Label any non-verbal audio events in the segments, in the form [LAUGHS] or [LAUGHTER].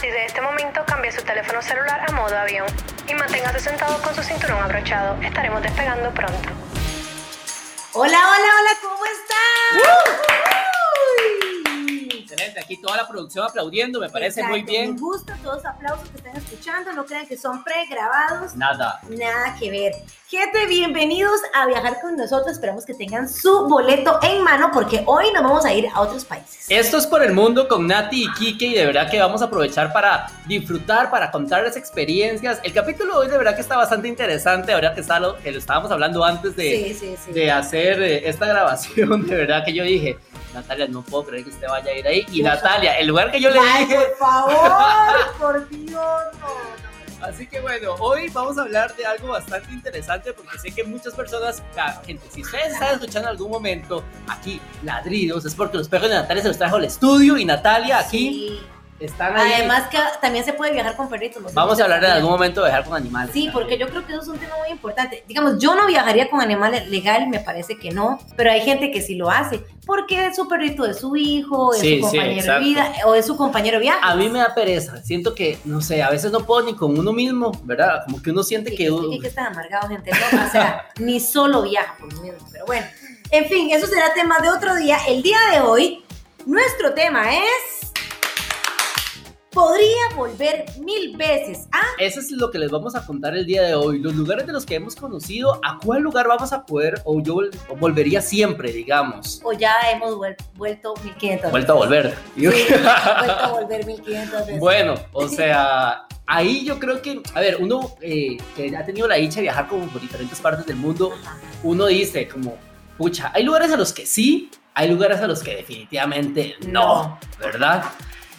Deje este su teléfono celular a modo avión y manténgase sentado con su cinturón abrochado. Estaremos despegando pronto. Hola, hola, hola, ¿cómo están? Uy. Excelente, aquí toda la producción aplaudiendo, me parece muy Exacto, bien. Me gusta todos los aplausos que están escuchando, no crean que son pregrabados, Nada. nada que ver. Gente, bienvenidos a viajar con nosotros, esperamos que tengan su boleto en mano porque hoy nos vamos a ir a otros países. Esto es por el mundo con Nati y Kike y de verdad que vamos a aprovechar para disfrutar, para contar las experiencias. El capítulo de hoy de verdad que está bastante interesante, de verdad que, está lo, que lo estábamos hablando antes sí, de, sí, sí. de hacer eh, esta grabación, de verdad que yo dije, Natalia, no puedo creer que usted vaya a ir ahí. Y Ujú. Natalia, el lugar que yo le Ay, dije, por [LAUGHS] favor, por Dios, no, no. Así que bueno, hoy vamos a hablar de algo bastante interesante porque sé que muchas personas, la gente, si ustedes están escuchando en algún momento aquí ladridos, es porque los perros de Natalia se los trajo al estudio y Natalia aquí Sí. están ahí. Además que también se puede viajar con perritos. no sé vamos si a hablar en sabían. algún momento de dejar con animales. Sí, porque yo creo que eso es un tema muy importante. Digamos, yo no viajaría con animales legal, me parece que no, pero hay gente que sí lo hace, porque es su perrito de su hijo, es Sí, sí, su compañero de exacto. vida o es su compañero de viaje. A mí me da pereza, siento que, no sé, a veces no puedo ni con uno mismo, ¿verdad? Como que uno siente Sí, que... sí, que están amargados, gente. No, o sea, [LAUGHS] ni solo viaja por lo menos, pero bueno. En fin, eso será tema de otro día. El día de hoy, nuestro tema es... Podría volver mil veces a... Eso es lo que les vamos a contar el día de hoy. Los lugares de los que hemos conocido, a cuál lugar vamos a poder o yo vol- o volvería siempre, digamos. O ya hemos vuel- vuelto 1500 veces. Vuelto a volver. Vuelto a volver 1500 veces. [LAUGHS] Bueno, o sea, ahí yo creo que, a ver, uno eh, que ha tenido la dicha de viajar como por diferentes partes del mundo, Ajá. uno dice como, pucha, hay lugares a los que sí, hay lugares a los que definitivamente no, ¿verdad?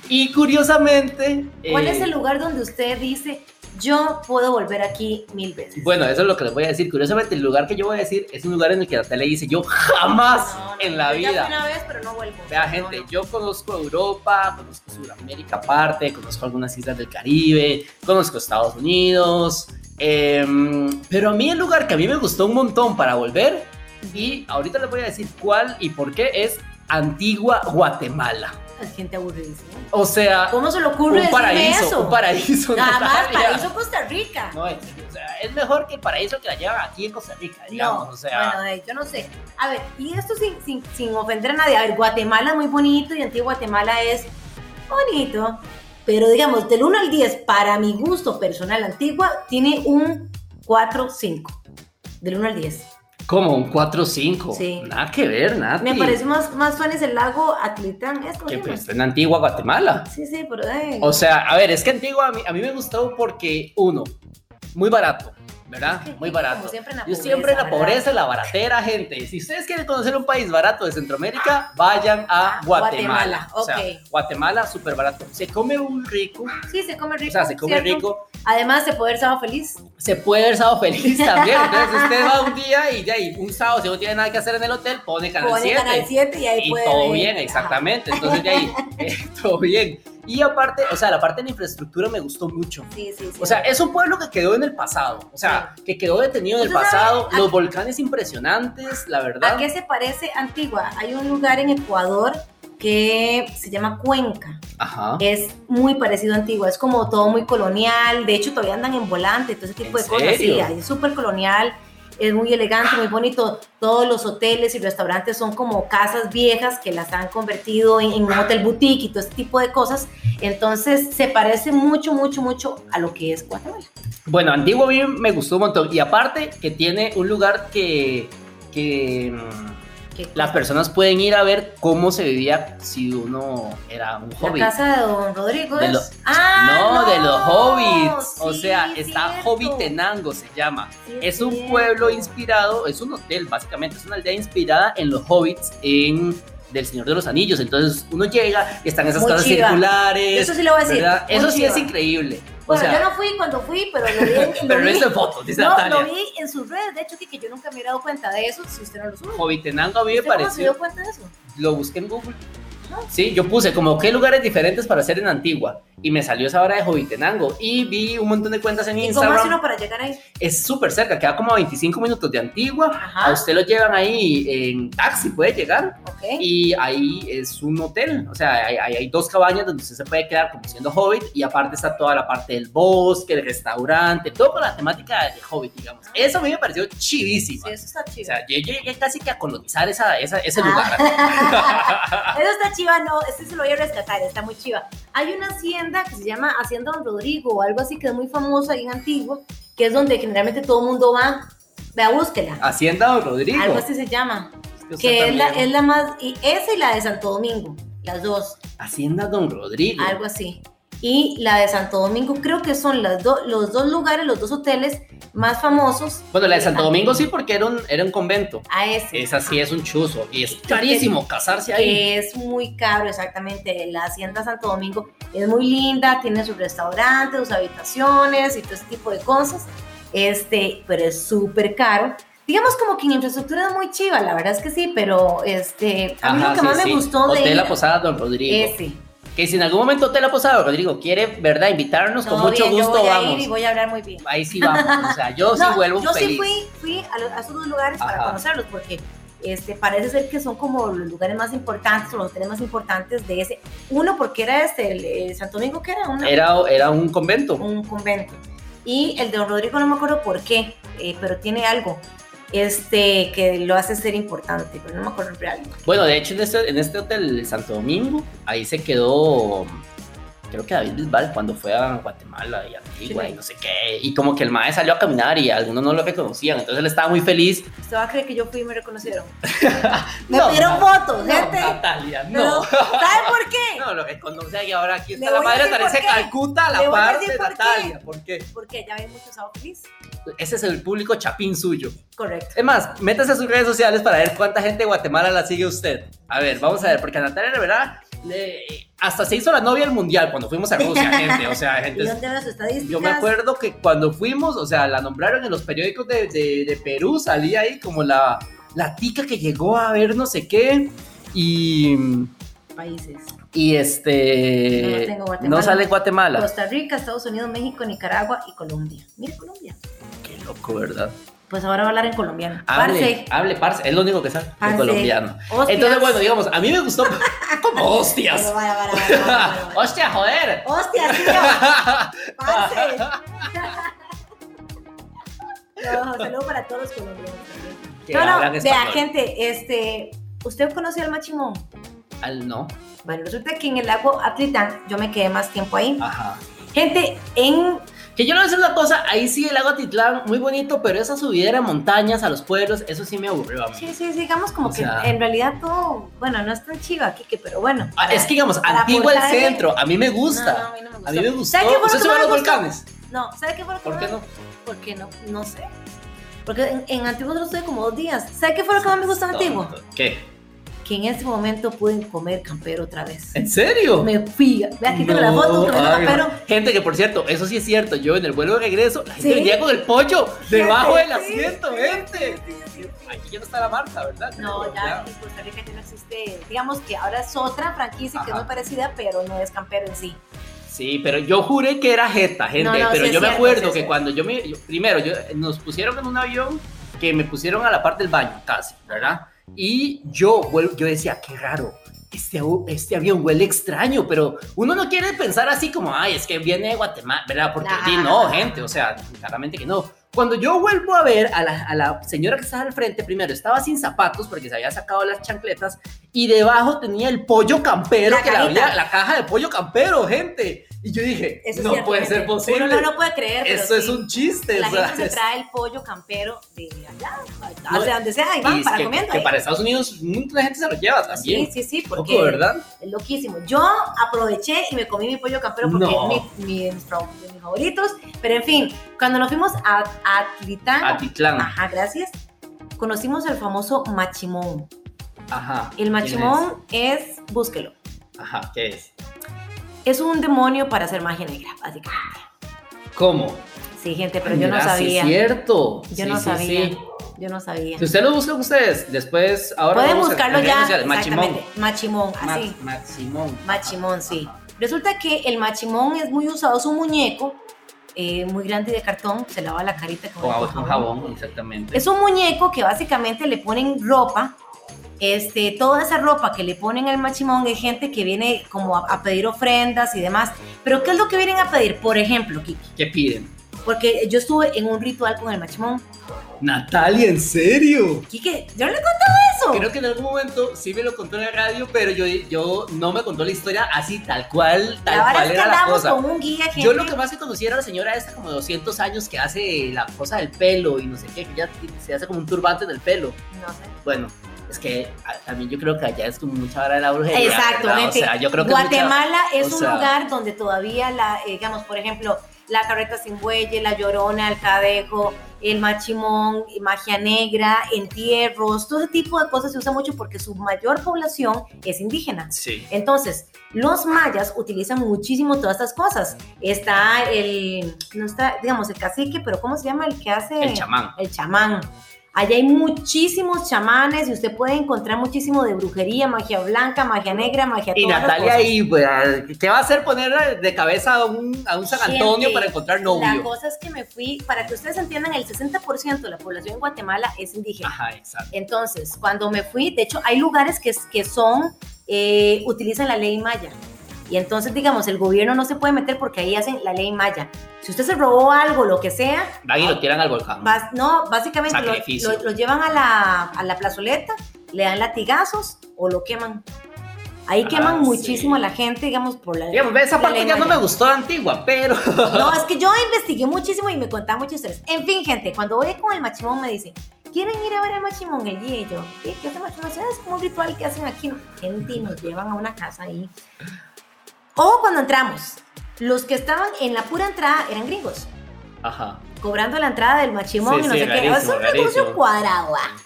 Y curiosamente... ¿Cuál eh, es el lugar donde usted dice, yo puedo volver aquí mil veces? Bueno, eso es lo que les voy a decir. Curiosamente, el lugar que yo voy a decir es un lugar en el que Natalia dice, yo jamás No, no, en la yo ya vida. fui una vez, pero no vuelvo. Vea, No, gente, no. yo conozco Europa, conozco Sudamérica aparte, conozco algunas islas del Caribe, conozco Estados Unidos. em, pero a mí el lugar que a mí me gustó un montón para volver, y ahorita les voy a decir cuál y por qué, es Antigua Guatemala. Es gente aburridísima. O sea, ¿Cómo se le ocurre un decirme paraíso, eso? un paraíso. Nada más, Natalia. paraíso Costa Rica. No, en serio, o sea, es mejor que el paraíso que la llevan aquí en Costa Rica, digamos. No, o sea, bueno, eh, yo no sé. A ver, y esto sin, sin, sin ofender a nadie. A ver, Guatemala es muy bonito y Antigua Guatemala es bonito. Pero digamos, del 1 al 10, para mi gusto personal, Antigua tiene un 4-5. Del 1 al 10. como un 4-5. Sí. Nada que ver, nada. Me parece más, más fan es el lago Atlitán. ¿Es que ¿cómo pues, se está en Antigua Guatemala. llama? Sí, sí, pero. eh, O sea, a ver, es que Antigua a mí, a mí me gustó porque, uno, muy barato, ¿verdad? que- Muy como barato. siempre en la Yo siempre en la ¿verdad? pobreza, en la baratera, gente. Si ustedes quieren conocer un país barato de Centroamérica, vayan a Guatemala. Guatemala, O sea, ok. Guatemala, súper barato. Se come un rico, o Sí, se come rico. sea, se come ¿cierto? rico. Además de poder sábado feliz. Se puede ver sábado feliz también. Entonces, usted va un día y de ahí, un sábado, si no tiene nada que hacer en el hotel, pone Canal pone 7. Canal 7 y ahí y puede. todo ver. bien, Ajá. exactamente. Entonces, de ahí, [LAUGHS] eh, todo bien. Y aparte, o sea, la parte de la infraestructura me gustó mucho. Sí, sí, sí. O sea, es un pueblo que quedó en el pasado, o sea, que quedó detenido en el ¿Usted sabe pasado, a- los volcanes impresionantes, la ¿A verdad. qué se parece Antigua? Hay un lugar en Ecuador que se llama Cuenca. Ajá. Es muy parecido a Antigua, es como todo muy colonial. De hecho, todavía andan en volante, todo ese tipo ¿En de cosas. Sí, serio? ahí es súper colonial, es muy elegante, muy bonito. Todos los hoteles y restaurantes son como casas viejas que las han convertido en, en un hotel boutique y todo ese tipo de cosas. Entonces, se parece mucho, mucho, mucho a lo que es Guatemala. Bueno, Antigua a mí me gustó un montón. Y aparte, que tiene un lugar que, que mm, Que- las personas pueden ir a ver cómo se vivía si uno era un La hobby. casa de Don Rodrigo De es- los- ¡Ah, No, de los hobbits. o Sí, sea, está cierto. Hobbitenango, se llama. Sí, Es un cierto. pueblo inspirado, es un hotel básicamente, es una aldea inspirada en los hobbits en del Señor de los Anillos. Entonces uno llega y están esas Muy casas chiva. circulares. Eso sí lo voy a decir. ¿verdad? muy Eso sí chiva. es increíble. O Bueno, sea, yo no fui cuando fui, pero lo vi [LAUGHS] en, pero lo no vi- hice fotos, dice no, Natalia. lo vi en sus redes, de hecho, que yo nunca me he dado cuenta de eso, si usted no lo sube. Hobbitenango a mí me ¿Usted cómo Este se dio pareció. cuenta de eso? Lo busqué en Google. Sí, yo puse como qué lugares diferentes para hacer en Antigua y me salió esa hora de Jovitenango y vi un montón de cuentas en ¿Y cómo hace Instagram. uno para llegar ahí? Es súper cerca, queda como a 25 minutos de Antigua. Ajá. A usted lo llevan ahí en taxi, puede llegar. Ok. Ah, Y ahí es un hotel, o sea, hay, hay- hay dos cabañas donde usted se puede quedar como siendo hobbit y aparte está toda la parte del bosque, el restaurante, todo con la temática de hobbit, digamos. Eso a mí me pareció chivísimo. Sí, Ah. eso está O chido. sea, yo llegué casi que a colonizar esa, esa- ese lugar. [LAUGHS] ah. Eso está chiva, no, este se lo voy a rescatar, está muy chiva. Hay una hacienda que se llama Hacienda Don Rodrigo o algo así que es muy famosa y en Antiguo, que es donde generalmente todo el mundo va. Vea, búsquela. Hacienda Don Rodrigo. Algo así se llama. Es que usted Que es la, también- es la más. Y esa y la de Santo Domingo, las dos, Hacienda Don Rodrigo. algo así. Y la de Santo Domingo, creo que son las do- los dos lugares, los dos hoteles más famosos. Ah, Bueno, la de Eh, Santo a- Domingo sí, porque era un, era un convento. A ese. Esa sí es un chuzo. Y es carísimo casarse ahí. que es muy caro, exactamente. La Hacienda Santo Domingo es muy linda, tiene sus restaurantes, sus habitaciones y todo ese tipo de cosas, este, pero es súper caro. Digamos como que en infraestructura es muy chiva, la verdad es que sí, pero este, a mí Ajá, lo que sí, más sí. me gustó Hotel de La Posada Don Rodrigo. ese. Que si en algún momento Hotel La Posada Don Rodrigo quiere, ¿verdad? Invitarnos, con Todo mucho bien, yo gusto voy a ir vamos. y voy a hablar muy bien. Ahí sí vamos. [LAUGHS] O sea, yo sí [LAUGHS] No, vuelvo yo sí feliz. fui, fui a, los- a esos dos lugares para Ajá. conocerlos porque este, parece ser que son como los lugares más importantes o los hoteles más importantes de ese. Uno porque era este, el, eh, Santo Domingo que era una- Era, era un convento. un convento. Y el de Don Rodrigo no me acuerdo por qué, eh, pero tiene algo este, que lo hace ser importante, pero no me acuerdo realmente. Bueno, de hecho, en este, en este hotel de Santo Domingo, ahí se quedó, creo que David Bisbal, cuando fue a Guatemala y Antigua Sí. y no sé qué. Y como que el mae salió a caminar y algunos no lo reconocían. Entonces él estaba muy feliz. Usted va a creer que yo fui y me [LAUGHS] reconocieron. Me No, pidieron no, fotos, gente. No, Natalia, no. Pero, ¿Sabe por qué? [LAUGHS] No, lo que conoce y ahora aquí Le está la voy a madre decir Teresa de por qué. Calcuta, Le la voy a parte decir de por qué. Natalia. ¿Por qué? Porque ya ven muchos outfits. Ese es el público chapín suyo. Correcto. Es más, métase a sus redes sociales para ver cuánta gente de Guatemala la sigue usted. A ver, vamos a ver, porque a Natalia Rivera le- hasta se hizo la novia del mundial cuando fuimos [LAUGHS] a Rusia, gente. O sea, gente. ¿Y dónde van sus estadísticas? Yo me acuerdo que cuando fuimos, o sea, la nombraron en los periódicos de, de- de Perú, salía ahí como la, la tica que llegó a ver no sé qué. Y, Países. y este. No tengo Guatemala. Pues, no sale Guatemala. Costa Rica, Estados Unidos, México, Nicaragua y Colombia. Mire Colombia. Qué loco, ¿verdad? Pues ahora va a hablar en colombiano. Hable, Parce. hable, parce. Es lo único que sabe de Parce. colombiano. Hostias. Entonces, bueno, digamos, a mí me gustó. [LAUGHS] como hostias. Pero vara, vara, vara, vara, vara. [LAUGHS] ¡Hostia, [LAUGHS] joder! ¡Hostia, tío! [LAUGHS] ¡Parce! No, saludo para todos los colombianos. Que No, no, hablan vea, español. gente, este, ¿usted conoció al machimón? Al no. Bueno, resulta que en el lago Atlitán yo me quedé más tiempo ahí. Ajá. Gente, en Que yo le voy a decir una cosa, ahí sí el lago Titlán, muy bonito, pero esa subida a montañas, a los pueblos, eso sí me aburrió a mí. Sí, sí, sí, digamos como O que sea- en realidad todo, bueno, no es tan chido aquí, que, pero bueno. Ah, es que digamos, Para Antigua el aportarle- centro, a mí me gusta. No, no, a mí no me gustó. A mí me gustó. ¿Sabe qué fue lo ¿Usted que sube a más los me gustó? volcanes? No, ¿sabe qué fue lo que ¿Por más qué no? ¿Por qué no? No sé. Porque en, en Antiguo solo estuve como dos días. ¿Sabe qué fue lo que más me gustó en Antiguo? ¿Qué? Que en este momento pude comer campero otra vez. ¿En serio? Me fui. Vea, aquí tengo la Eh, No, foto, comiendo ay, campero. Gente, que por cierto, eso sí es cierto. Yo en el vuelo de regreso, la gente Sí. venía con el pollo debajo del Sí, asiento, sí, gente. sí, sí, sí, sí. Aquí ya no está la marca, ¿verdad? No, ya en Costa Rica ya no existe. Digamos que ahora es otra franquicia que es Ajá. muy parecida, pero no es campero en sí. Sí, pero yo juré que era jeta, gente. No, no, pero sí es yo me cierto, acuerdo sí es que cierto. cuando yo me. yo- primero, yo, nos pusieron en un avión que me pusieron a la parte del baño, casi, ¿verdad? Y yo, vuel- yo decía, qué raro. Este, au- este avión huele extraño, pero uno no quiere pensar así como, ay, es que viene de Guatemala, ¿verdad? Porque Nah. di, no, gente, o sea, claramente que no. Cuando yo vuelvo a ver a la, a la señora que estaba al frente, primero estaba sin zapatos porque se había sacado las chancletas y debajo tenía el pollo campero, La que la, cajita. había- la caja de pollo campero, gente. Y yo dije, Eso es no cierto, puede gente. ser posible. Uno no lo puede creer. pero Eso es sí. un chiste. La o sea, gente se es- trae el pollo campero de allá, No, hacia donde sea, y y van es para que, comiendo. que ahí. para Estados Unidos un montón de gente se lo lleva también. Sí, sí, sí, porque Poco, ¿verdad? es loquísimo. Yo aproveché y me comí mi pollo campero porque No. es mi, mi- de mis favor- de mis favoritos. Pero en fin, cuando nos fuimos a Atlitán, Atitlán. Ajá. ajá, gracias, conocimos el famoso machimón. El machimón es? búsquelo, ¿Quién es? Ajá, ¿qué es? es un demonio para hacer magia negra, básicamente. ¿Cómo? Sí, gente, pero Ay, yo Ah, mira, no sí sabía. es cierto. Yo Sí, no sí, sabía. sí. yo no sabía. Si usted lo busca ustedes, después ahora Pueden vamos a- buscarlo en redes ya. sociales, Machimón. exactamente, Machimón, Ma- así. Machimón. Ah, Machimón, sí. Ajá. Resulta que el machimón es muy usado, es un muñeco eh, muy grande y de cartón, se lava la carita con, O el agua con jabón, exactamente. Es un muñeco que básicamente le ponen ropa. Este, toda esa ropa que le ponen al machimón es gente que viene como a, a pedir ofrendas y demás. Pero ¿qué es lo que vienen a pedir? Por ejemplo, Kiki, ¿Qué piden? porque yo estuve en un ritual con el machimón. Natalia, ¿en serio? Kiki, yo no le he contado eso. Creo que en algún momento sí me lo contó en la radio, pero yo, yo no me contó la historia así, tal cual, tal la verdad cual es que era la andamos cosa. con un guía, gente. Yo lo que más que conocía era la señora esta como de 200 años que hace la cosa del pelo y no sé qué, que ya se hace como un turbante en el pelo. No sé. Bueno, es que a- también yo creo que allá es como mucha vara de la brujería. Exacto, ¿verdad? gente. O sea, yo creo que mucha- Guatemala es o un sea- lugar donde todavía, la, eh, digamos, por ejemplo, la carreta sin bueyes, la llorona, el cadejo, el machimón, magia negra, entierros, todo ese tipo de cosas se usa mucho porque su mayor población es indígena. Sí. Entonces, los mayas utilizan muchísimo todas estas cosas. Está el, no está, digamos, el cacique, pero ¿cómo se llama el que hace? El chamán. el chamán. Allá hay muchísimos chamanes y usted puede encontrar muchísimo de brujería, magia blanca, magia negra, magia Y todas las Natalia cosas. ahí, pues, ¿qué va a hacer poner de cabeza a un, a un San Antonio Gente, para encontrar La novio? cosa es que me fui, para que ustedes entiendan, el 60% de la población en Guatemala es indígena. Ajá, exacto. Entonces, cuando me fui, de hecho, hay lugares que, es- que son, eh, utilizan la ley maya. Y entonces, digamos, el gobierno no se puede meter porque ahí hacen la ley maya. Si usted se robó algo, lo que sea, Van y lo tiran al volcán. Bas- no, básicamente lo, Sacrificio. lo- lo llevan a la, a la plazoleta, le dan latigazos o lo queman. Ahí Ah, queman sí. muchísimo a la gente, digamos, por la... Digamos, ve, esa la parte ley ya no maya. me gustó la antigua, pero... No, es que yo investigué muchísimo y me contaba muchos ustedes. En fin, gente, cuando voy con el machimón me dicen, ¿quieren ir a ver al machimón el día? Y yo, ¿qué, qué hace machimón? "Ah, Es como un ritual que hacen aquí. Gente, y nos llevan a una casa ahí. O cuando entramos, los que estaban en la pura entrada eran gringos, [LAUGHS] Ajá. cobrando la entrada del machimón Sí, y no sí, sé qué. rarísimo, Es un negocio rarísimo. cuadrado. ah.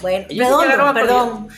Bueno, Ellos se redondo, quedaron a perdón.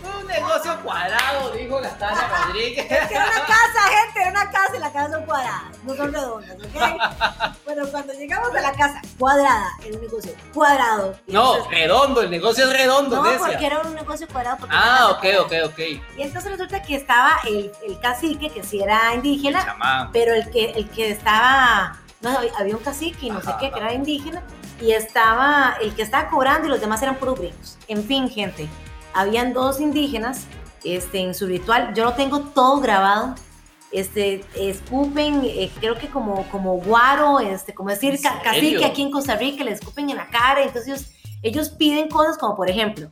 Un negocio cuadrado, dijo Natalia [LAUGHS] Rodríguez. Que era una casa, gente, era una casa y las casas son cuadradas, no son redondas, [LAUGHS] ¿ok? Bueno, cuando llegamos a la casa cuadrada, era un negocio cuadrado. Y No, entonces- redondo, el negocio es redondo, no, decía. porque era un negocio cuadrado. porque Ah, era una ok, ok, casa ok. cuadrada. Y entonces resulta que estaba el, el cacique, que sí era indígena, Chamán. pero el que, el que estaba, no, había un cacique y no sé Ajá. qué, que era indígena, y estaba el que estaba cobrando y los demás eran puros gringos. En fin, gente, habían dos indígenas este, en su ritual. Yo lo tengo todo grabado. Este, escupen, eh, creo que como, como guaro, este, como decir ¿En ca- serio? cacique aquí en Costa Rica, le escupen en la cara. Entonces ellos, ellos piden cosas como, por ejemplo,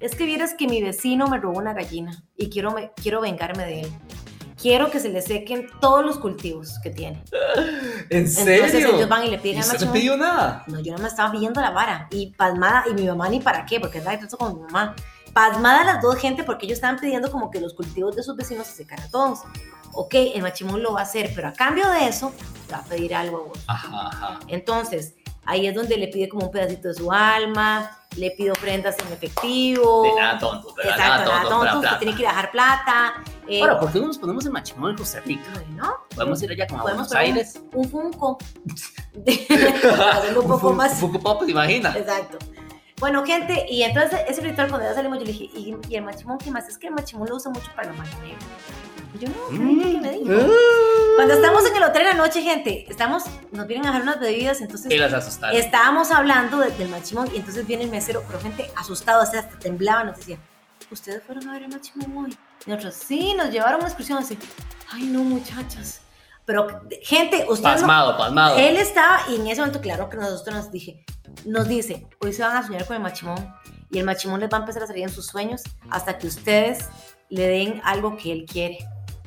es que vieras que mi vecino me robó una gallina y quiero, me- quiero vengarme de él. Quiero que se le sequen todos los cultivos que tiene. ¿En Entonces serio? ellos van y le ¿Y piden al usted no machimón. pidió nada? No, yo no me estaba viendo la vara. Y pasmada, y mi mamá ni para qué, porque estaba eso con mi mamá. Pasmada las dos gente porque ellos estaban pidiendo como que los cultivos de sus vecinos se secaran todos. Ok, el machimón lo va a hacer, pero a cambio de eso, te va a pedir algo a vos. Ajá, ajá. Entonces, ahí es donde le pide como un pedacito de su alma, le pide ofrendas en efectivo. De nada tonto, ¿verdad? Oh, Exacto, nada tonto, para tonto, usted plata. pues- tiene que ir a dejar plata. eh, [LAUGHS] Ahora, ¿por qué no nos ponemos en Machimón en Costa Rica? bueno, Podemos ir allá como a podemos Buenos poner un- Aires. un [LAUGHS] funko. [LAUGHS] Para hacerlo un poco fun- más Funko Pop, ¿te imaginas? Exacto. Bueno, gente, y entonces ese ritual cuando ya salimos, yo le dije, ¿y, y el machimón qué más? Es que el machimón lo usa mucho para la magia negra. Y yo, Mm. no, ¿qué me dijo? Cuando estamos en el hotel en la noche, gente, estamos, nos vienen a dejar unas bebidas, entonces Y las asustaron. estábamos hablando de- del machimón y entonces viene el mesero, pero gente asustada, o sea, hasta temblaba, nos decía, ¿ustedes fueron a ver el machimón hoy? Y nosotros, sí, nos llevaron a una excursión así, ay no, muchachas. Pero, gente, ustedes no, Pasmado, pasmado. él estaba, y en ese momento, claro que nosotros nos dije, nos dice, hoy se van a soñar con el machimón, y el machimón les va a empezar a salir en sus sueños hasta que ustedes le den algo que él quiere.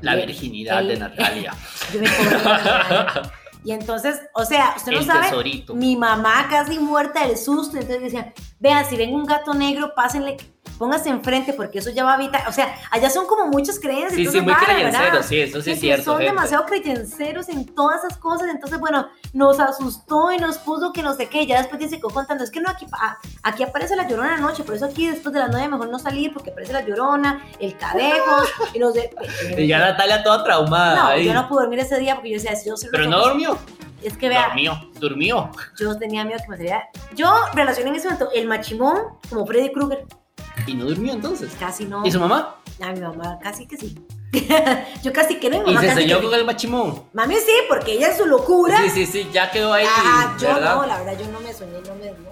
La él- virginidad de él- Natalia. Yo me pongo en la Y entonces, o sea, [LAUGHS] usted no El sabe, tesorito. mi mamá casi muerta del susto, entonces decía, vean, si ven un gato negro, pásenle, póngase enfrente, porque eso ya va a evitar, o sea, allá son como muchas creencias. Sí, sí, entonces, muy vara, creyencero, ¿verdad? sí, eso sí es Entonces, cierto. eh. Son gente. demasiado creyenceros en todas esas cosas. Entonces, bueno, nos asustó y nos puso que no sé qué. Ya después dice que contando, es que no, aquí, pa- aquí aparece la llorona anoche. Por eso aquí después de las nueve mejor no salir porque aparece la llorona, el cadejos y los de... [LAUGHS] Y ya Natalia toda traumada No, ahí. yo no pude dormir ese día porque yo decía, si yo cierro Pero los no ojos- durmió. Es que vea, Durmió, durmió. yo tenía miedo que me saliera. Yo relacioné en ese momento el machimón como Freddy Krueger. Y no durmió entonces. Casi no. ¿Y su mamá? A mi mamá casi que sí. [LAUGHS] yo casi que no. mi Y mamá se casi que selló sí. con el machimón. Mami sí, porque ella en su locura. Sí, sí, sí, ya quedó ahí. Ah, yo ¿verdad? no, la verdad, yo no me soñé, no me. no.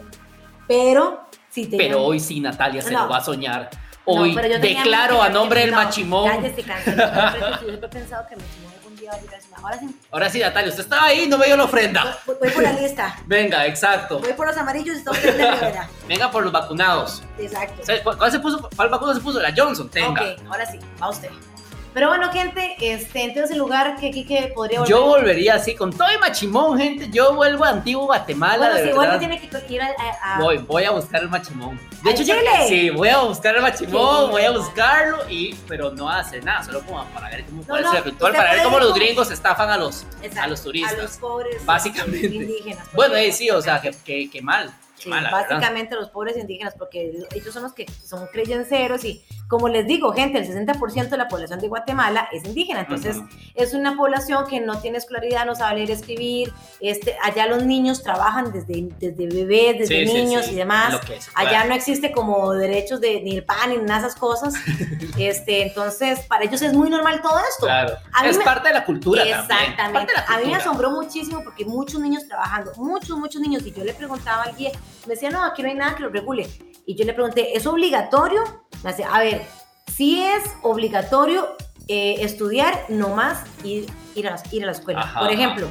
Pero, sí te. Pero hoy sí, Natalia se No. lo va a soñar. No, Hoy pero yo tenía declaro miedo a que- nombre del no, machimón. Cállese, cállese. Yo siempre he pensado que el machimón algún día va a llegar a su- Ahora sí, Ahora sí, Natalia, usted estaba ahí, no me dio la ofrenda. voy, voy por la lista. Venga, exacto. Voy por los amarillos y todos en la nevera. Venga por los vacunados. Exacto. ¿Sabe cu- ¿Cuál se puso? ¿Cuál vacuna se puso? La Johnson, tenga. Ok, ahora sí, va usted. Pero bueno, gente, este, entonces el lugar que Kike podría volver. Yo volvería así, con todo el machimón, gente. Yo vuelvo a Antiguo Guatemala, bueno, de si verdad. vuelve tiene que ir a, a- a- Voy, voy a buscar el machimón. De ¿Al hecho, yo- Chile? sí, voy a buscar el machimón, Sí. voy a buscarlo, y, pero no hace nada, solo como para ver cómo puede no, ser ritual, usted para ver puede cómo ir los con- gringos estafan a los, exacto, a los turistas. A los pobres. Básicamente. este, Indígenas. porque- Bueno, eh, sí, o sea, que, que, que mal, que Sí, mal, la verdad. básicamente los pobres indígenas, porque ellos son los que son creyenceros y como les digo, gente, el 60% de la población de Guatemala es indígena, entonces Ujú. es una población que no tiene escolaridad, no sabe leer, escribir, este, allá los niños trabajan desde, desde bebés, desde Sí, sí, niños sí, y demás. lo que se pueda. Allá no existe como derechos de ni el pan ni nada de esas [LAUGHS] cosas. Este, entonces, para ellos es muy normal todo esto. Claro. A mí Es me- parte de la cultura también. Parte Exactamente. de la A mí me cultura. asombró muchísimo porque muchos niños trabajando, muchos, muchos niños, y yo le preguntaba al guía, me decía, no, aquí no hay nada que lo regule. Y yo le pregunté, ¿es obligatorio? Me decía, a ver, si es obligatorio eh, estudiar, no más ir, ir, a, ir a la escuela. Ajá, Por ajá. ejemplo,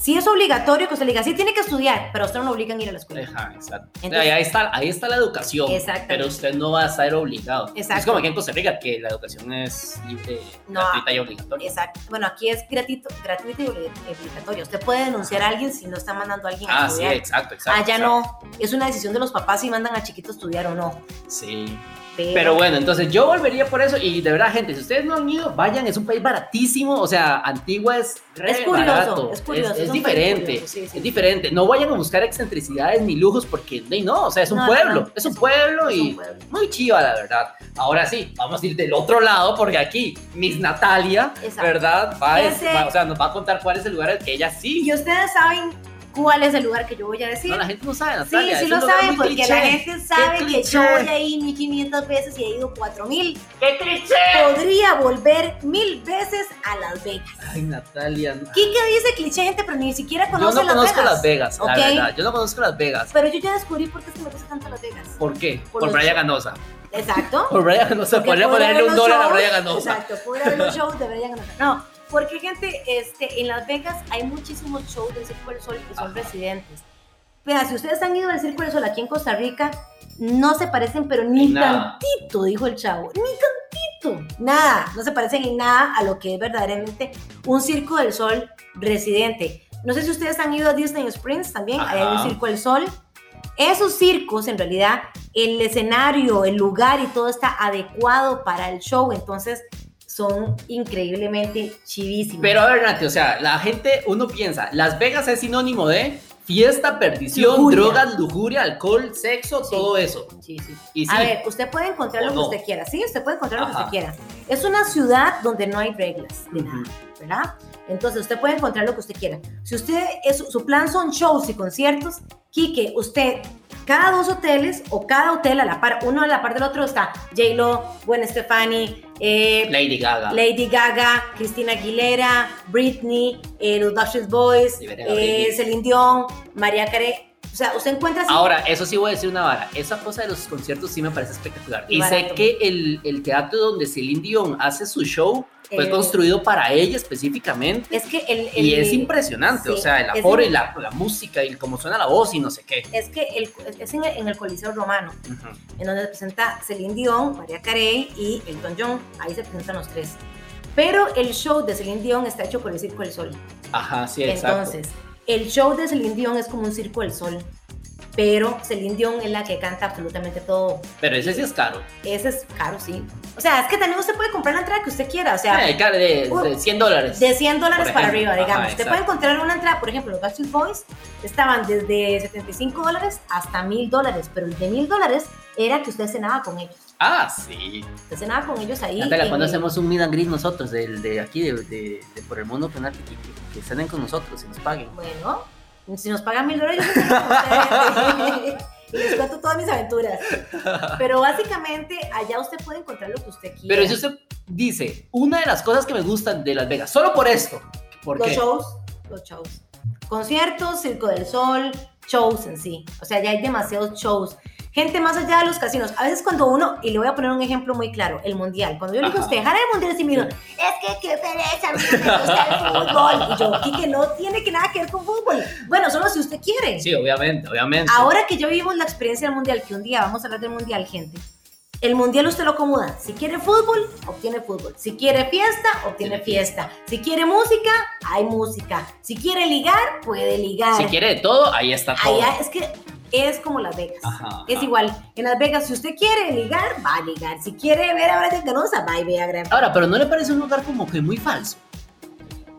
si es obligatorio que usted le diga, sí tiene que estudiar, pero a usted no lo obligan a ir a la escuela. Ajá, exacto. Entonces- ahí, ahí está, ahí está la educación, Exactamente. pero usted no va a ser obligado. Exacto. Es como aquí en Costa Rica, que la educación es libre, eh, No, gratuita y obligatoria. Exacto. Bueno, aquí es gratuito, gratuito y obli- obligatorio. Usted puede denunciar a alguien si no está mandando a alguien a Ah, sí, estudiar. exacto, exacto. Allá exacto. no. Es una decisión de los papás si mandan a chiquito a estudiar o no. Sí. Eh, Pero bueno, entonces yo volvería por eso. Y de verdad, gente, si ustedes no han ido, vayan. Es un país baratísimo. O sea, Antigua es re Es curioso, barato. es curioso, Es, es un país diferente. curioso, sí, sí. Es diferente. No vayan a buscar excentricidades ni lujos porque no, y no, o sea, es un No, no, pueblo. no, Es un pueblo es y un pueblo. muy chiva, la verdad. Ahora sí, vamos a ir del otro lado porque aquí Miss Natalia, Exacto. ¿verdad? Va a, Ese- va- o sea, nos va a contar cuál es el lugar al que ella sí. Y ustedes saben cuál es el lugar que yo voy a decir. No, la gente no sabe, Sí, Natalia. sí es lo un lugar saben muy porque la cliché. gente sabe que cliché. yo voy a ir 1500 veces y he ido 4000. ¡Qué cliché! Podría volver mil veces a Las Vegas. Ay, Natalia. no. Kike dice cliché, gente, pero ni siquiera Yo no conoce Las conozco Vegas. Las Vegas, ¿ok? la verdad. Yo no conozco Las Vegas. Pero yo ya descubrí por qué es que me gusta tanto Las Vegas. ¿Por qué? Por Por, los- Brian Ganosa. Exacto. Por Brian Ganosa. Porque Podría podría ponerle ver los un dólar a shows, Brian Ganosa. Exacto, podría ver los shows de Brian Ganosa. [LAUGHS] No, porque gente, este, en Las Vegas hay muchísimos shows del Circo del Sol que son Ajá. residentes. Pero si ustedes han ido al Circo del Sol aquí en Costa Rica, no se parecen, pero ni En nada. tantito, dijo el chavo, ni tantito, nada, no se parecen en nada a lo que es verdaderamente un Circo del Sol residente. No sé si ustedes han ido a Disney Springs también, ahí hay Ajá. un Circo del Sol. Esos circos, en realidad, el escenario, el lugar y todo está adecuado para el show, entonces son increíblemente chivísimos. Pero a ver, Nati, o sea, la gente, uno piensa, Las Vegas es sinónimo de fiesta, perdición, Lujuria. drogas, lujuria, alcohol, sexo, Sí. todo eso. Sí, sí. Y sí, A ver, usted puede encontrar ¿O lo que no? usted quiera, sí, usted puede encontrar lo que Ajá. usted quiera. Es una ciudad donde no hay reglas de nada, Ujú. ¿verdad? Entonces usted puede encontrar lo que usted quiera. Si usted, es, su plan son shows y conciertos, Quique, usted, cada dos hoteles o cada hotel a la par, uno a la par del otro está J-Lo, Gwen Stefani, eh, Lady Gaga. Lady Gaga, Cristina Aguilera, Britney, eh, los Backstreet Boys, Libera eh, Britney. Celine Dion, María Carey. O sea, usted encuentra así- Ahora, eso sí voy a decir una vara. Esa cosa de los conciertos sí me parece espectacular. Y Y, sé barato. que el, el teatro donde Celine Dion hace su show fue Eh, construido para ella específicamente. Es que el, y el- es impresionante, sí, o sea, el es aforo y im- la, la música y cómo suena la voz y no sé qué. Es que el, es en el, en el Coliseo Romano, Ujú. en donde se presenta Celine Dion, María Carey y Elton John. Ahí se presentan los tres. Pero el show de Celine Dion está hecho por el Circo del Sol. Ajá, sí, exacto. Entonces, el show de Celine Dion es como un Circo del Sol. Pero Celine Dion es la que canta absolutamente todo. Pero ese sí es caro. Ese es caro, sí. O sea, es que también usted puede comprar la entrada que usted quiera. O sea, Eh, caro de, uh, de 100 dólares. de 100 dólares Por para ejemplo, arriba, ajá, digamos. Usted exacto. puede encontrar una entrada, por ejemplo, los Backstreet Boys estaban desde 75 dólares hasta 1000 dólares, pero el de 1000 dólares era que usted cenaba con ellos. Ah, sí. Usted cenaba con ellos ahí. Natalia, en ¿cuándo el- hacemos un meet and greet nosotros, del- de, aquí, de, de- de por el mundo penal, que, que- que salen con nosotros y nos paguen? Bueno, si nos pagan mil dólares, yo se los cuento a ustedes. [LAUGHS] Y les cuento todas mis aventuras. Pero básicamente, allá usted puede encontrar lo que usted quiera. Pero si usted dice, una de las cosas que me gustan de Las Vegas, solo por esto. ¿Por los qué? shows, los shows. Conciertos, Circo del Sol, shows en sí. O sea, ya hay demasiados shows. Gente más allá de los casinos. A veces cuando uno, y le voy a poner un ejemplo muy claro, el Mundial. Cuando yo le digo a Ajá. usted, dejar el Mundial, así miro, es que qué pereza, a mí no me gusta el fútbol. Y yo, Kike, no tiene que nada que ver con fútbol. Bueno, solo si usted quiere. Sí, obviamente, obviamente. Ahora que ya vivimos la experiencia del mundial, que un día vamos a hablar del mundial, gente. El mundial usted lo acomoda. Si quiere fútbol, obtiene fútbol. Si quiere fiesta, obtiene Tiene fiesta. Si quiere música, hay música. Si quiere ligar, puede ligar. Si quiere de todo, ahí está todo. Allá es que es como Las Vegas. Ajá, Es ajá. igual. En Las Vegas, si usted quiere ligar, va a ligar. Si quiere ver a Brian Canosa, va y ve a Brian Ahora, pero ¿no le parece un lugar como que muy falso?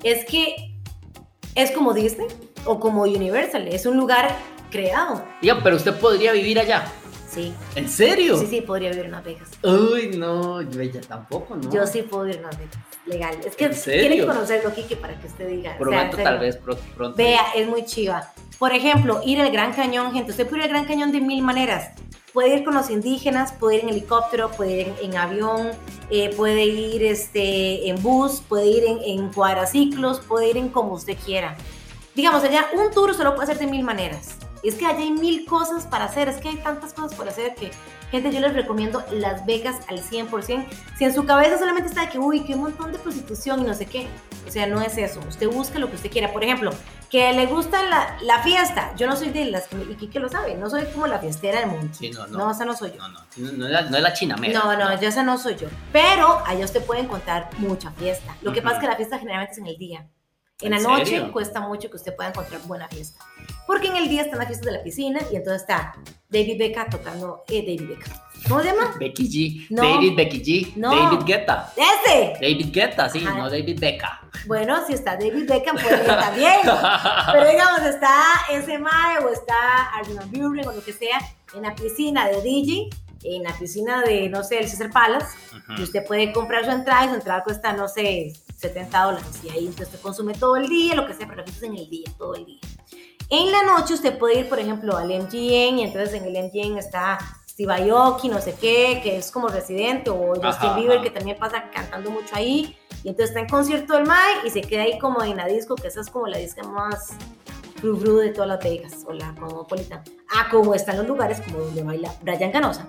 es que es como Disney o como Universal. Es un lugar creado. Diga, pero usted podría vivir allá. Sí, ¿En serio? sí, sí, podría vivir en Las Vegas. Uy, no, yo ella tampoco, ¿no? Yo sí puedo ir a Las Vegas, legal. Es que ¿En serio? tienen que conocerlo, Kike, para que usted diga. o sea, en Prometo serio. tal vez pro- pronto. Vea, es muy chiva. Por ejemplo, ir al Gran Cañón, gente. Usted puede ir al Gran Cañón de mil maneras. Puede ir con los indígenas, puede ir en helicóptero, puede ir en, en avión, eh, puede ir este, en bus, puede ir en, en cuadraciclos, puede ir en como usted quiera. Digamos, allá un tour se lo puede hacer de mil maneras. Es que allá hay mil cosas para hacer, es que hay tantas cosas por hacer que, gente, yo les recomiendo Las Vegas al 100%. Si en su cabeza solamente está de que, uy, qué montón de prostitución y no sé qué. O sea, no es eso. Usted busca lo que usted quiera. Por ejemplo, que le gusta la, la fiesta. Yo no soy de las que, y Kike lo sabe, no soy como la fiestera del mundo. Sí, no, no. no. esa no soy yo. No, no, no, no es la, no es la china mera. No, no, yo esa no soy yo. Pero allá usted puede encontrar mucha fiesta. Lo que Ujú. pasa es que la fiesta generalmente es en el día. En, ¿En la noche serio? cuesta mucho que usted pueda encontrar buena fiesta. Porque en el día están las fiestas de la piscina y entonces está David Becca tocando. Eh, David Becca. ¿Cómo se llama? Becky G. No. David Becky G. No. David Guetta. ¡Ese! David Guetta, sí, Ajá. no David Becca. Bueno, si está David Beckham, puede ir [LAUGHS] también. Pero digamos, está ese mae o está Arnold Buren o lo que sea en la piscina de DJ, en la piscina de, no sé, el César Palace. Y Ujú. usted puede comprar su entrada y su entrada cuesta, no sé, 70 dólares. Y ahí usted se consume todo el día, lo que sea, pero la fiesta es en el día, todo el día. En la noche usted puede ir, por ejemplo, al MGM y entonces en el MGM está Steve Aoki, no sé qué, que es como residente, o Justin Ajá, Bieber, ajá. que también pasa cantando mucho ahí. Y entonces está en concierto del MAI y se queda ahí como en la disco, que esa es como la disco más frufru de todas las Vegas, o la cosmopolitan. Ah, como están los lugares como donde baila Brian Canosa,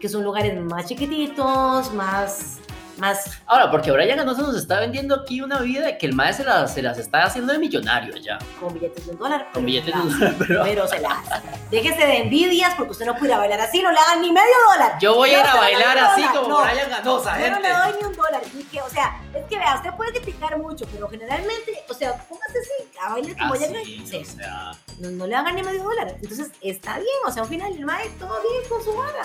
que son lugares más chiquititos, más, más, Ahora, porque Brian Ganosa nos está vendiendo aquí una vida de que el maestro se las, se las está haciendo de millonario ya. con billetes de un dólar. Con pero se billetes la de hace, pero- Pero se la hace. Déjese de envidias porque usted no puede ir a bailar así, no le hagan ni medio dólar. Yo voy a ir No, a se la bailar hagan así dólar, como no. Brian Ganosa, Yo no gente. le doy ni un dólar, ni que, o sea, es que vea, usted puede criticar mucho, pero generalmente, o sea, póngase así, a bailar como ya Así, no- Ah, o sí, sea, no, no le hagan ni medio dólar. Entonces, está bien, o sea, al final, el mae, todo bien con su vara.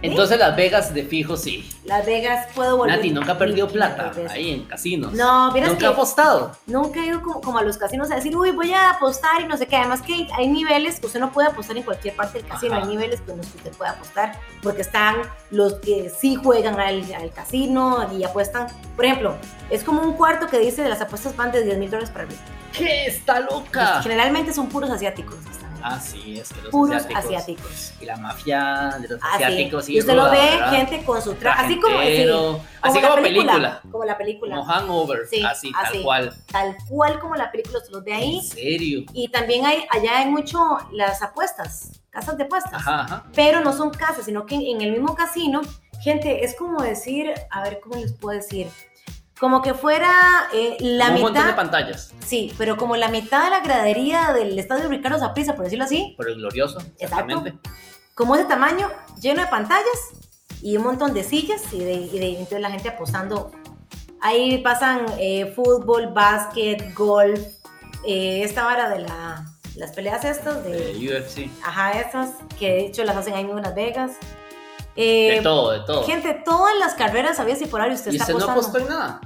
Entonces Las Vegas de fijo sí. Las Vegas puedo volver. Nati nunca perdió Ni plata 500 veces. ahí en casinos. No, vieras nunca que ha apostado. nunca he ido como, como a los casinos a decir, uy, voy a apostar y no sé qué. Además que hay niveles que usted no puede apostar en cualquier parte del casino. Ajá. Hay niveles que no usted puede apostar porque están los que sí juegan al, al casino y apuestan. Por ejemplo, es como un cuarto que dice de las apuestas van de 10 mil dólares para arriba. ¿Qué? Está loca. Generalmente son puros asiáticos. los que están ahí. Ah, sí, es que los puros asiáticos. asiáticos. Y la mafia de los Así. asiáticos. sí y usted lo ruda, ve, ¿verdad? gente con su traje. Así como, sí, Trajentero, así la como película. Como la película. Como hangover. Sí, así, así. tal cual. Tal cual como la película, usted los ve ahí. En serio. Y también hay, allá hay mucho las apuestas, casas de apuestas. Ajá, ajá. Pero no son casas, sino que en, en el mismo casino, gente, es como decir, a ver, ¿cómo les puedo decir? Como que fuera eh, la Como un montón de mitad, pantallas. sí, pero como la mitad de la gradería del estadio Ricardo Zaprisa, por decirlo así, Pero el glorioso. Exactamente. como ese tamaño, lleno de pantallas y un montón de sillas y de, y de entonces la gente apostando. Ahí pasan eh, fútbol, básquet, golf, eh, esta vara de la- las peleas estas de... De UFC. Ajá, esas que de hecho las hacen ahí en Las Vegas. Eh, de todo, de todo. Gente, todas las carreras había si por ahí usted y está usted no apostó apostando. en nada.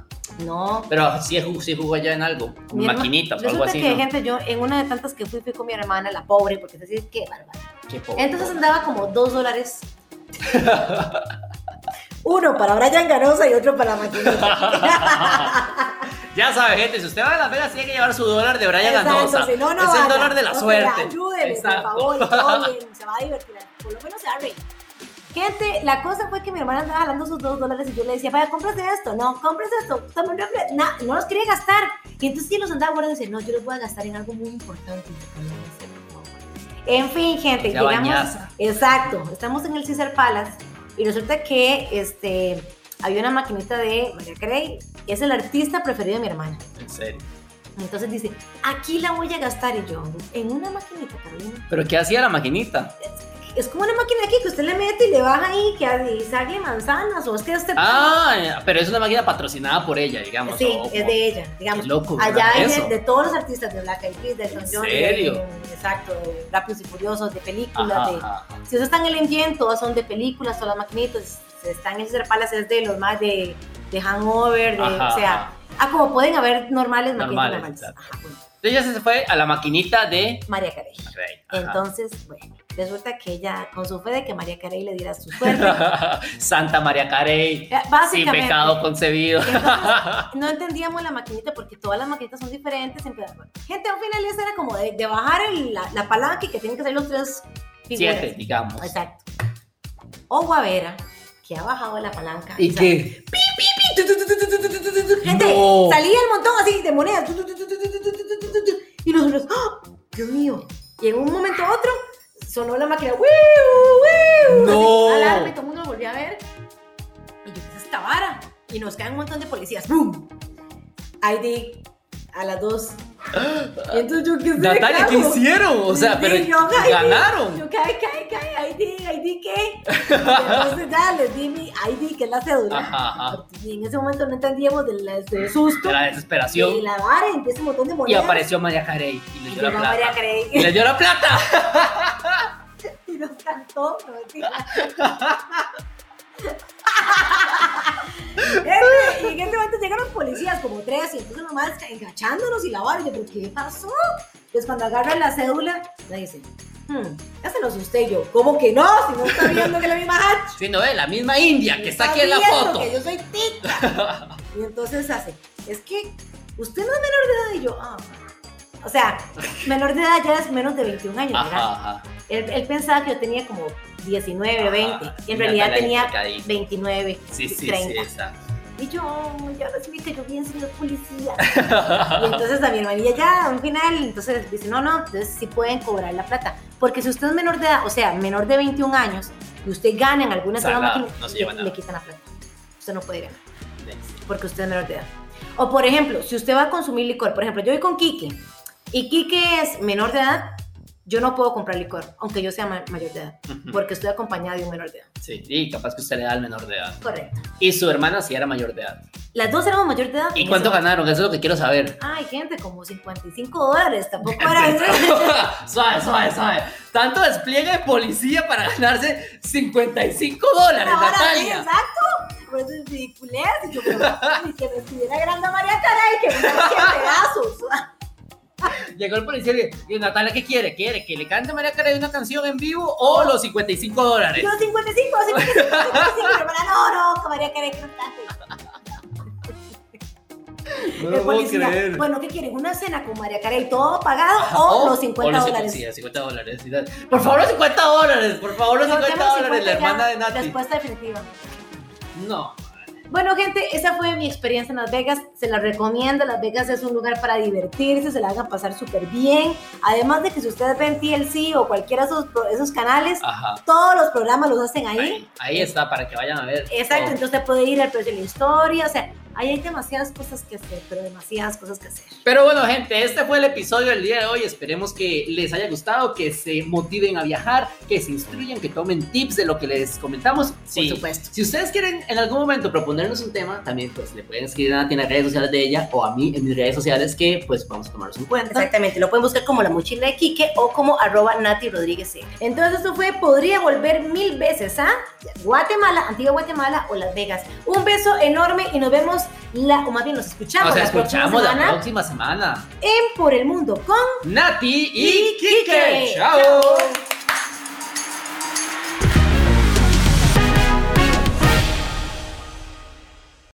No. Pero sí jugó, sí jugó allá en algo. Mi herma- Maquinitas o algo Resulta así. que, ¿no? gente, yo en una de tantas que fui, fui con mi hermana, la pobre, porque decía, qué bárbara. Qué pobre. Entonces andaba como dos dólares. [LAUGHS] Uno para Brian Ganosa y otro para la [LAUGHS] maquinita. Ya sabe, gente, si usted va a Las Vegas, tiene que llevar su dólar de Brian Exacto, Ganosa. si no, no es vaya. el dólar de la O sea, suerte. ayúdeme, Exacto. [LAUGHS] por favor, y todo bien, se va a divertir. Por lo menos se va a reír. Gente, la cosa fue que mi hermana andaba jalando sus dos dólares y yo le decía, vaya, cómprase esto, no, cómprase esto, toma un refle- na- no los quería gastar. Y entonces sí los andaba guardando y decía, no, yo los voy a gastar en algo muy importante. que no voy a hacer, por favor". En fin, gente, Ya llegamos. bañaza. Exacto, estamos en el César Palace y resulta que este, había una maquinita de María Carey, que es el artista preferido de mi hermana. En serio. Entonces dice, aquí la voy a gastar y yo, en una maquinita, Carolina. Pero ¿qué hacía la maquinita? Es como una máquina aquí que usted le mete y le baja ahí que hace- y saque manzanas o es que este... Ah, pero es una máquina patrocinada por ella, digamos. sí, o- es de ella, digamos. Qué loco, Allá hay ¿verdad? de, Eso. de todos los artistas, de Black Eyed Peas, de Elton ¿En John, de- serio? de- exacto, de Rápidos y Furiosos, de películas, Ajá, de... ajá. Si usted está en el MGM, todas son de películas, todas las maquinitas, están en César Palace, es de los más de, de Hangover, de, Ajá, o sea... Ah, como pueden haber normales, maquinitas Normales, normales. exacto. Ajá, bueno, Entonces ya se fue a la maquinita de... María Carey. Ajá. Entonces, bueno, resulta que ella, con su fe de que María Carey le diera [LAUGHS] su suerte, Santa María Carey. eh, Sin básicamente. pecado concebido. Entonces, no entendíamos la maquinita porque todas las maquinitas son diferentes. siempre- bueno, gente, al final eso era como de, de bajar el- la, la palanca y que tienen que ser los tres figuras. Siete, digamos. Exacto. O Guavera, ¿eh? que ha bajado la palanca. ¿Y o sea, qué? pi, tu, tu, tu, tu, tu, tu, tu, tu, tu. Gente, No. salía el montón así de monedas. tu, tu, tu, tu, tu, tu, tu, tu, tu, tu, tu. Y nosotros, ¡ah! Dios mío. Y en un momento a otro, sonó la máquina. ¡wiu, wiu! No. Así, alarma, y todo el mundo lo volvió a ver. Y yo, ¿qué es esta vara? Y nos caen un montón de policías. ¡Bum! ID a las dos. Y entonces yo, ¿qué sé, Natalia, ¿qué hago? hicieron? O sea, Sí, pero yo, ay, ganaron. Yo, cae, cae, cae, ID, ID, [LAUGHS] ¿qué? Y entonces ya les di mi ID, que es la cédula. Ajá, ajá. Y en ese momento no entendíamos del, del susto. Ah. De la Y desesperación. la vara, y ese montón de Y monedas. apareció María Carey y le Y dio la llegó María plata. Carey Y le dio la plata. [LAUGHS] y nos cantó. [LAUGHS] No, mentira. Este, y en ese momento llegaron policías, como tres, y entonces nomás engachándonos y la vara. Y yo, ¿pero qué pasó? Entonces cuando agarran la cédula, me dicen, hmm, ya se los usted. Yo, ¿cómo que no? Si no está viendo que la misma hacha. Sí, no, es la misma India que está aquí en la viendo foto. Que yo soy [LAUGHS] tica. y entonces hace, es que usted no es menor de edad y yo, ah. O sea, menor de edad ya es menos de 21 años, ¿verdad? Ajá, ajá. Él, él pensaba que yo tenía como 19, 20. Ajá. Y en realidad Natalia tenía Picadillo. 29, Sí, sí, 30. sí, exacto. Y yo, "Ay, ahora sí me cayó bien, señor [LAUGHS] policía. y entonces a mi hermanilla ya, a un final, entonces dice, no, no, entonces sí pueden cobrar la plata. Porque si usted es menor de edad, o sea, menor de 21 años, y usted gana en alguna sola Salado, máquina, no se le, lleva nada. le quitan la plata. Usted no puede ganar, porque usted es menor de edad. O por ejemplo, si usted va a consumir licor, por ejemplo, yo voy con Quique, y Quique es menor de edad, yo no puedo comprar licor, aunque yo sea ma- mayor de edad, porque estoy acompañada de un menor de edad. Sí, y capaz que usted le da al menor de edad. Correcto. Y su hermana sí era mayor de edad. Las dos éramos mayor de edad. en ¿Y ese cuánto momento. ganaron? Eso es lo que quiero saber. [LAUGHS] Ay, gente, como 55 dólares, tampoco era suave, suave, suave. Tanto despliegue de policía para ganarse 55 dólares, [LAUGHS] Ahora sí, Natalia. exacto. Por eso es ridiculez. Y yo, pero, y que me [LAUGHS] estuviera grande María Caray, que me saque [LAUGHS] pedazos. Llegó el policía y le dijo, "Y Natalia, ¿qué quiere? ¿Quiere que le cante María Carey una canción en vivo Oh. o los 55 dólares? Yo 55, 55, 55, pero para no, no, que María Caray, que no cante. No El policía, Bueno, ¿qué quieren? ¿Una cena con María Caray todo pagado o, los 50 dólares? Sí, 50 dólares. sí, dale. Por favor, los 50 dólares. Por favor, los Yo 50 tengo dólares. La 50 ya, hermana de Nati. Respuesta definitiva. No. Bueno, gente, esa fue mi experiencia en Las Vegas. Se la recomiendo. Las Vegas es un lugar para divertirse, se la hagan pasar súper bien. Además de que si ustedes ven TLC o cualquiera de esos, pro- esos canales, Ajá. todos los programas los hacen ahí. Ahí, ahí está, para que vayan a ver. Exacto, todo. entonces usted puede ir al precio de la historia. O sea, ahí hay demasiadas cosas que hacer, pero demasiadas cosas que hacer. Pero bueno, gente, este fue el episodio del día de hoy. Esperemos que les haya gustado, que se motiven a viajar, que se instruyan, que tomen tips de lo que les comentamos. Sí. Por supuesto. Si ustedes quieren en algún momento proponernos un tema, también pues le pueden escribir a Nati en las redes sociales de ella o a mí en mis redes sociales que pues vamos a tomarlos en cuenta. Exactamente, lo pueden buscar como la mochila de Quique o como arroba Nati Rodríguez C. Entonces esto fue Podría Volver Mil Veces a Guatemala, Antigua Guatemala o Las Vegas. Un beso enorme y nos vemos, la, o más bien nos escuchamos Nos la escuchamos próxima la semana próxima semana. en Por el Mundo con Nati y, Y Kike. Quique. Chao.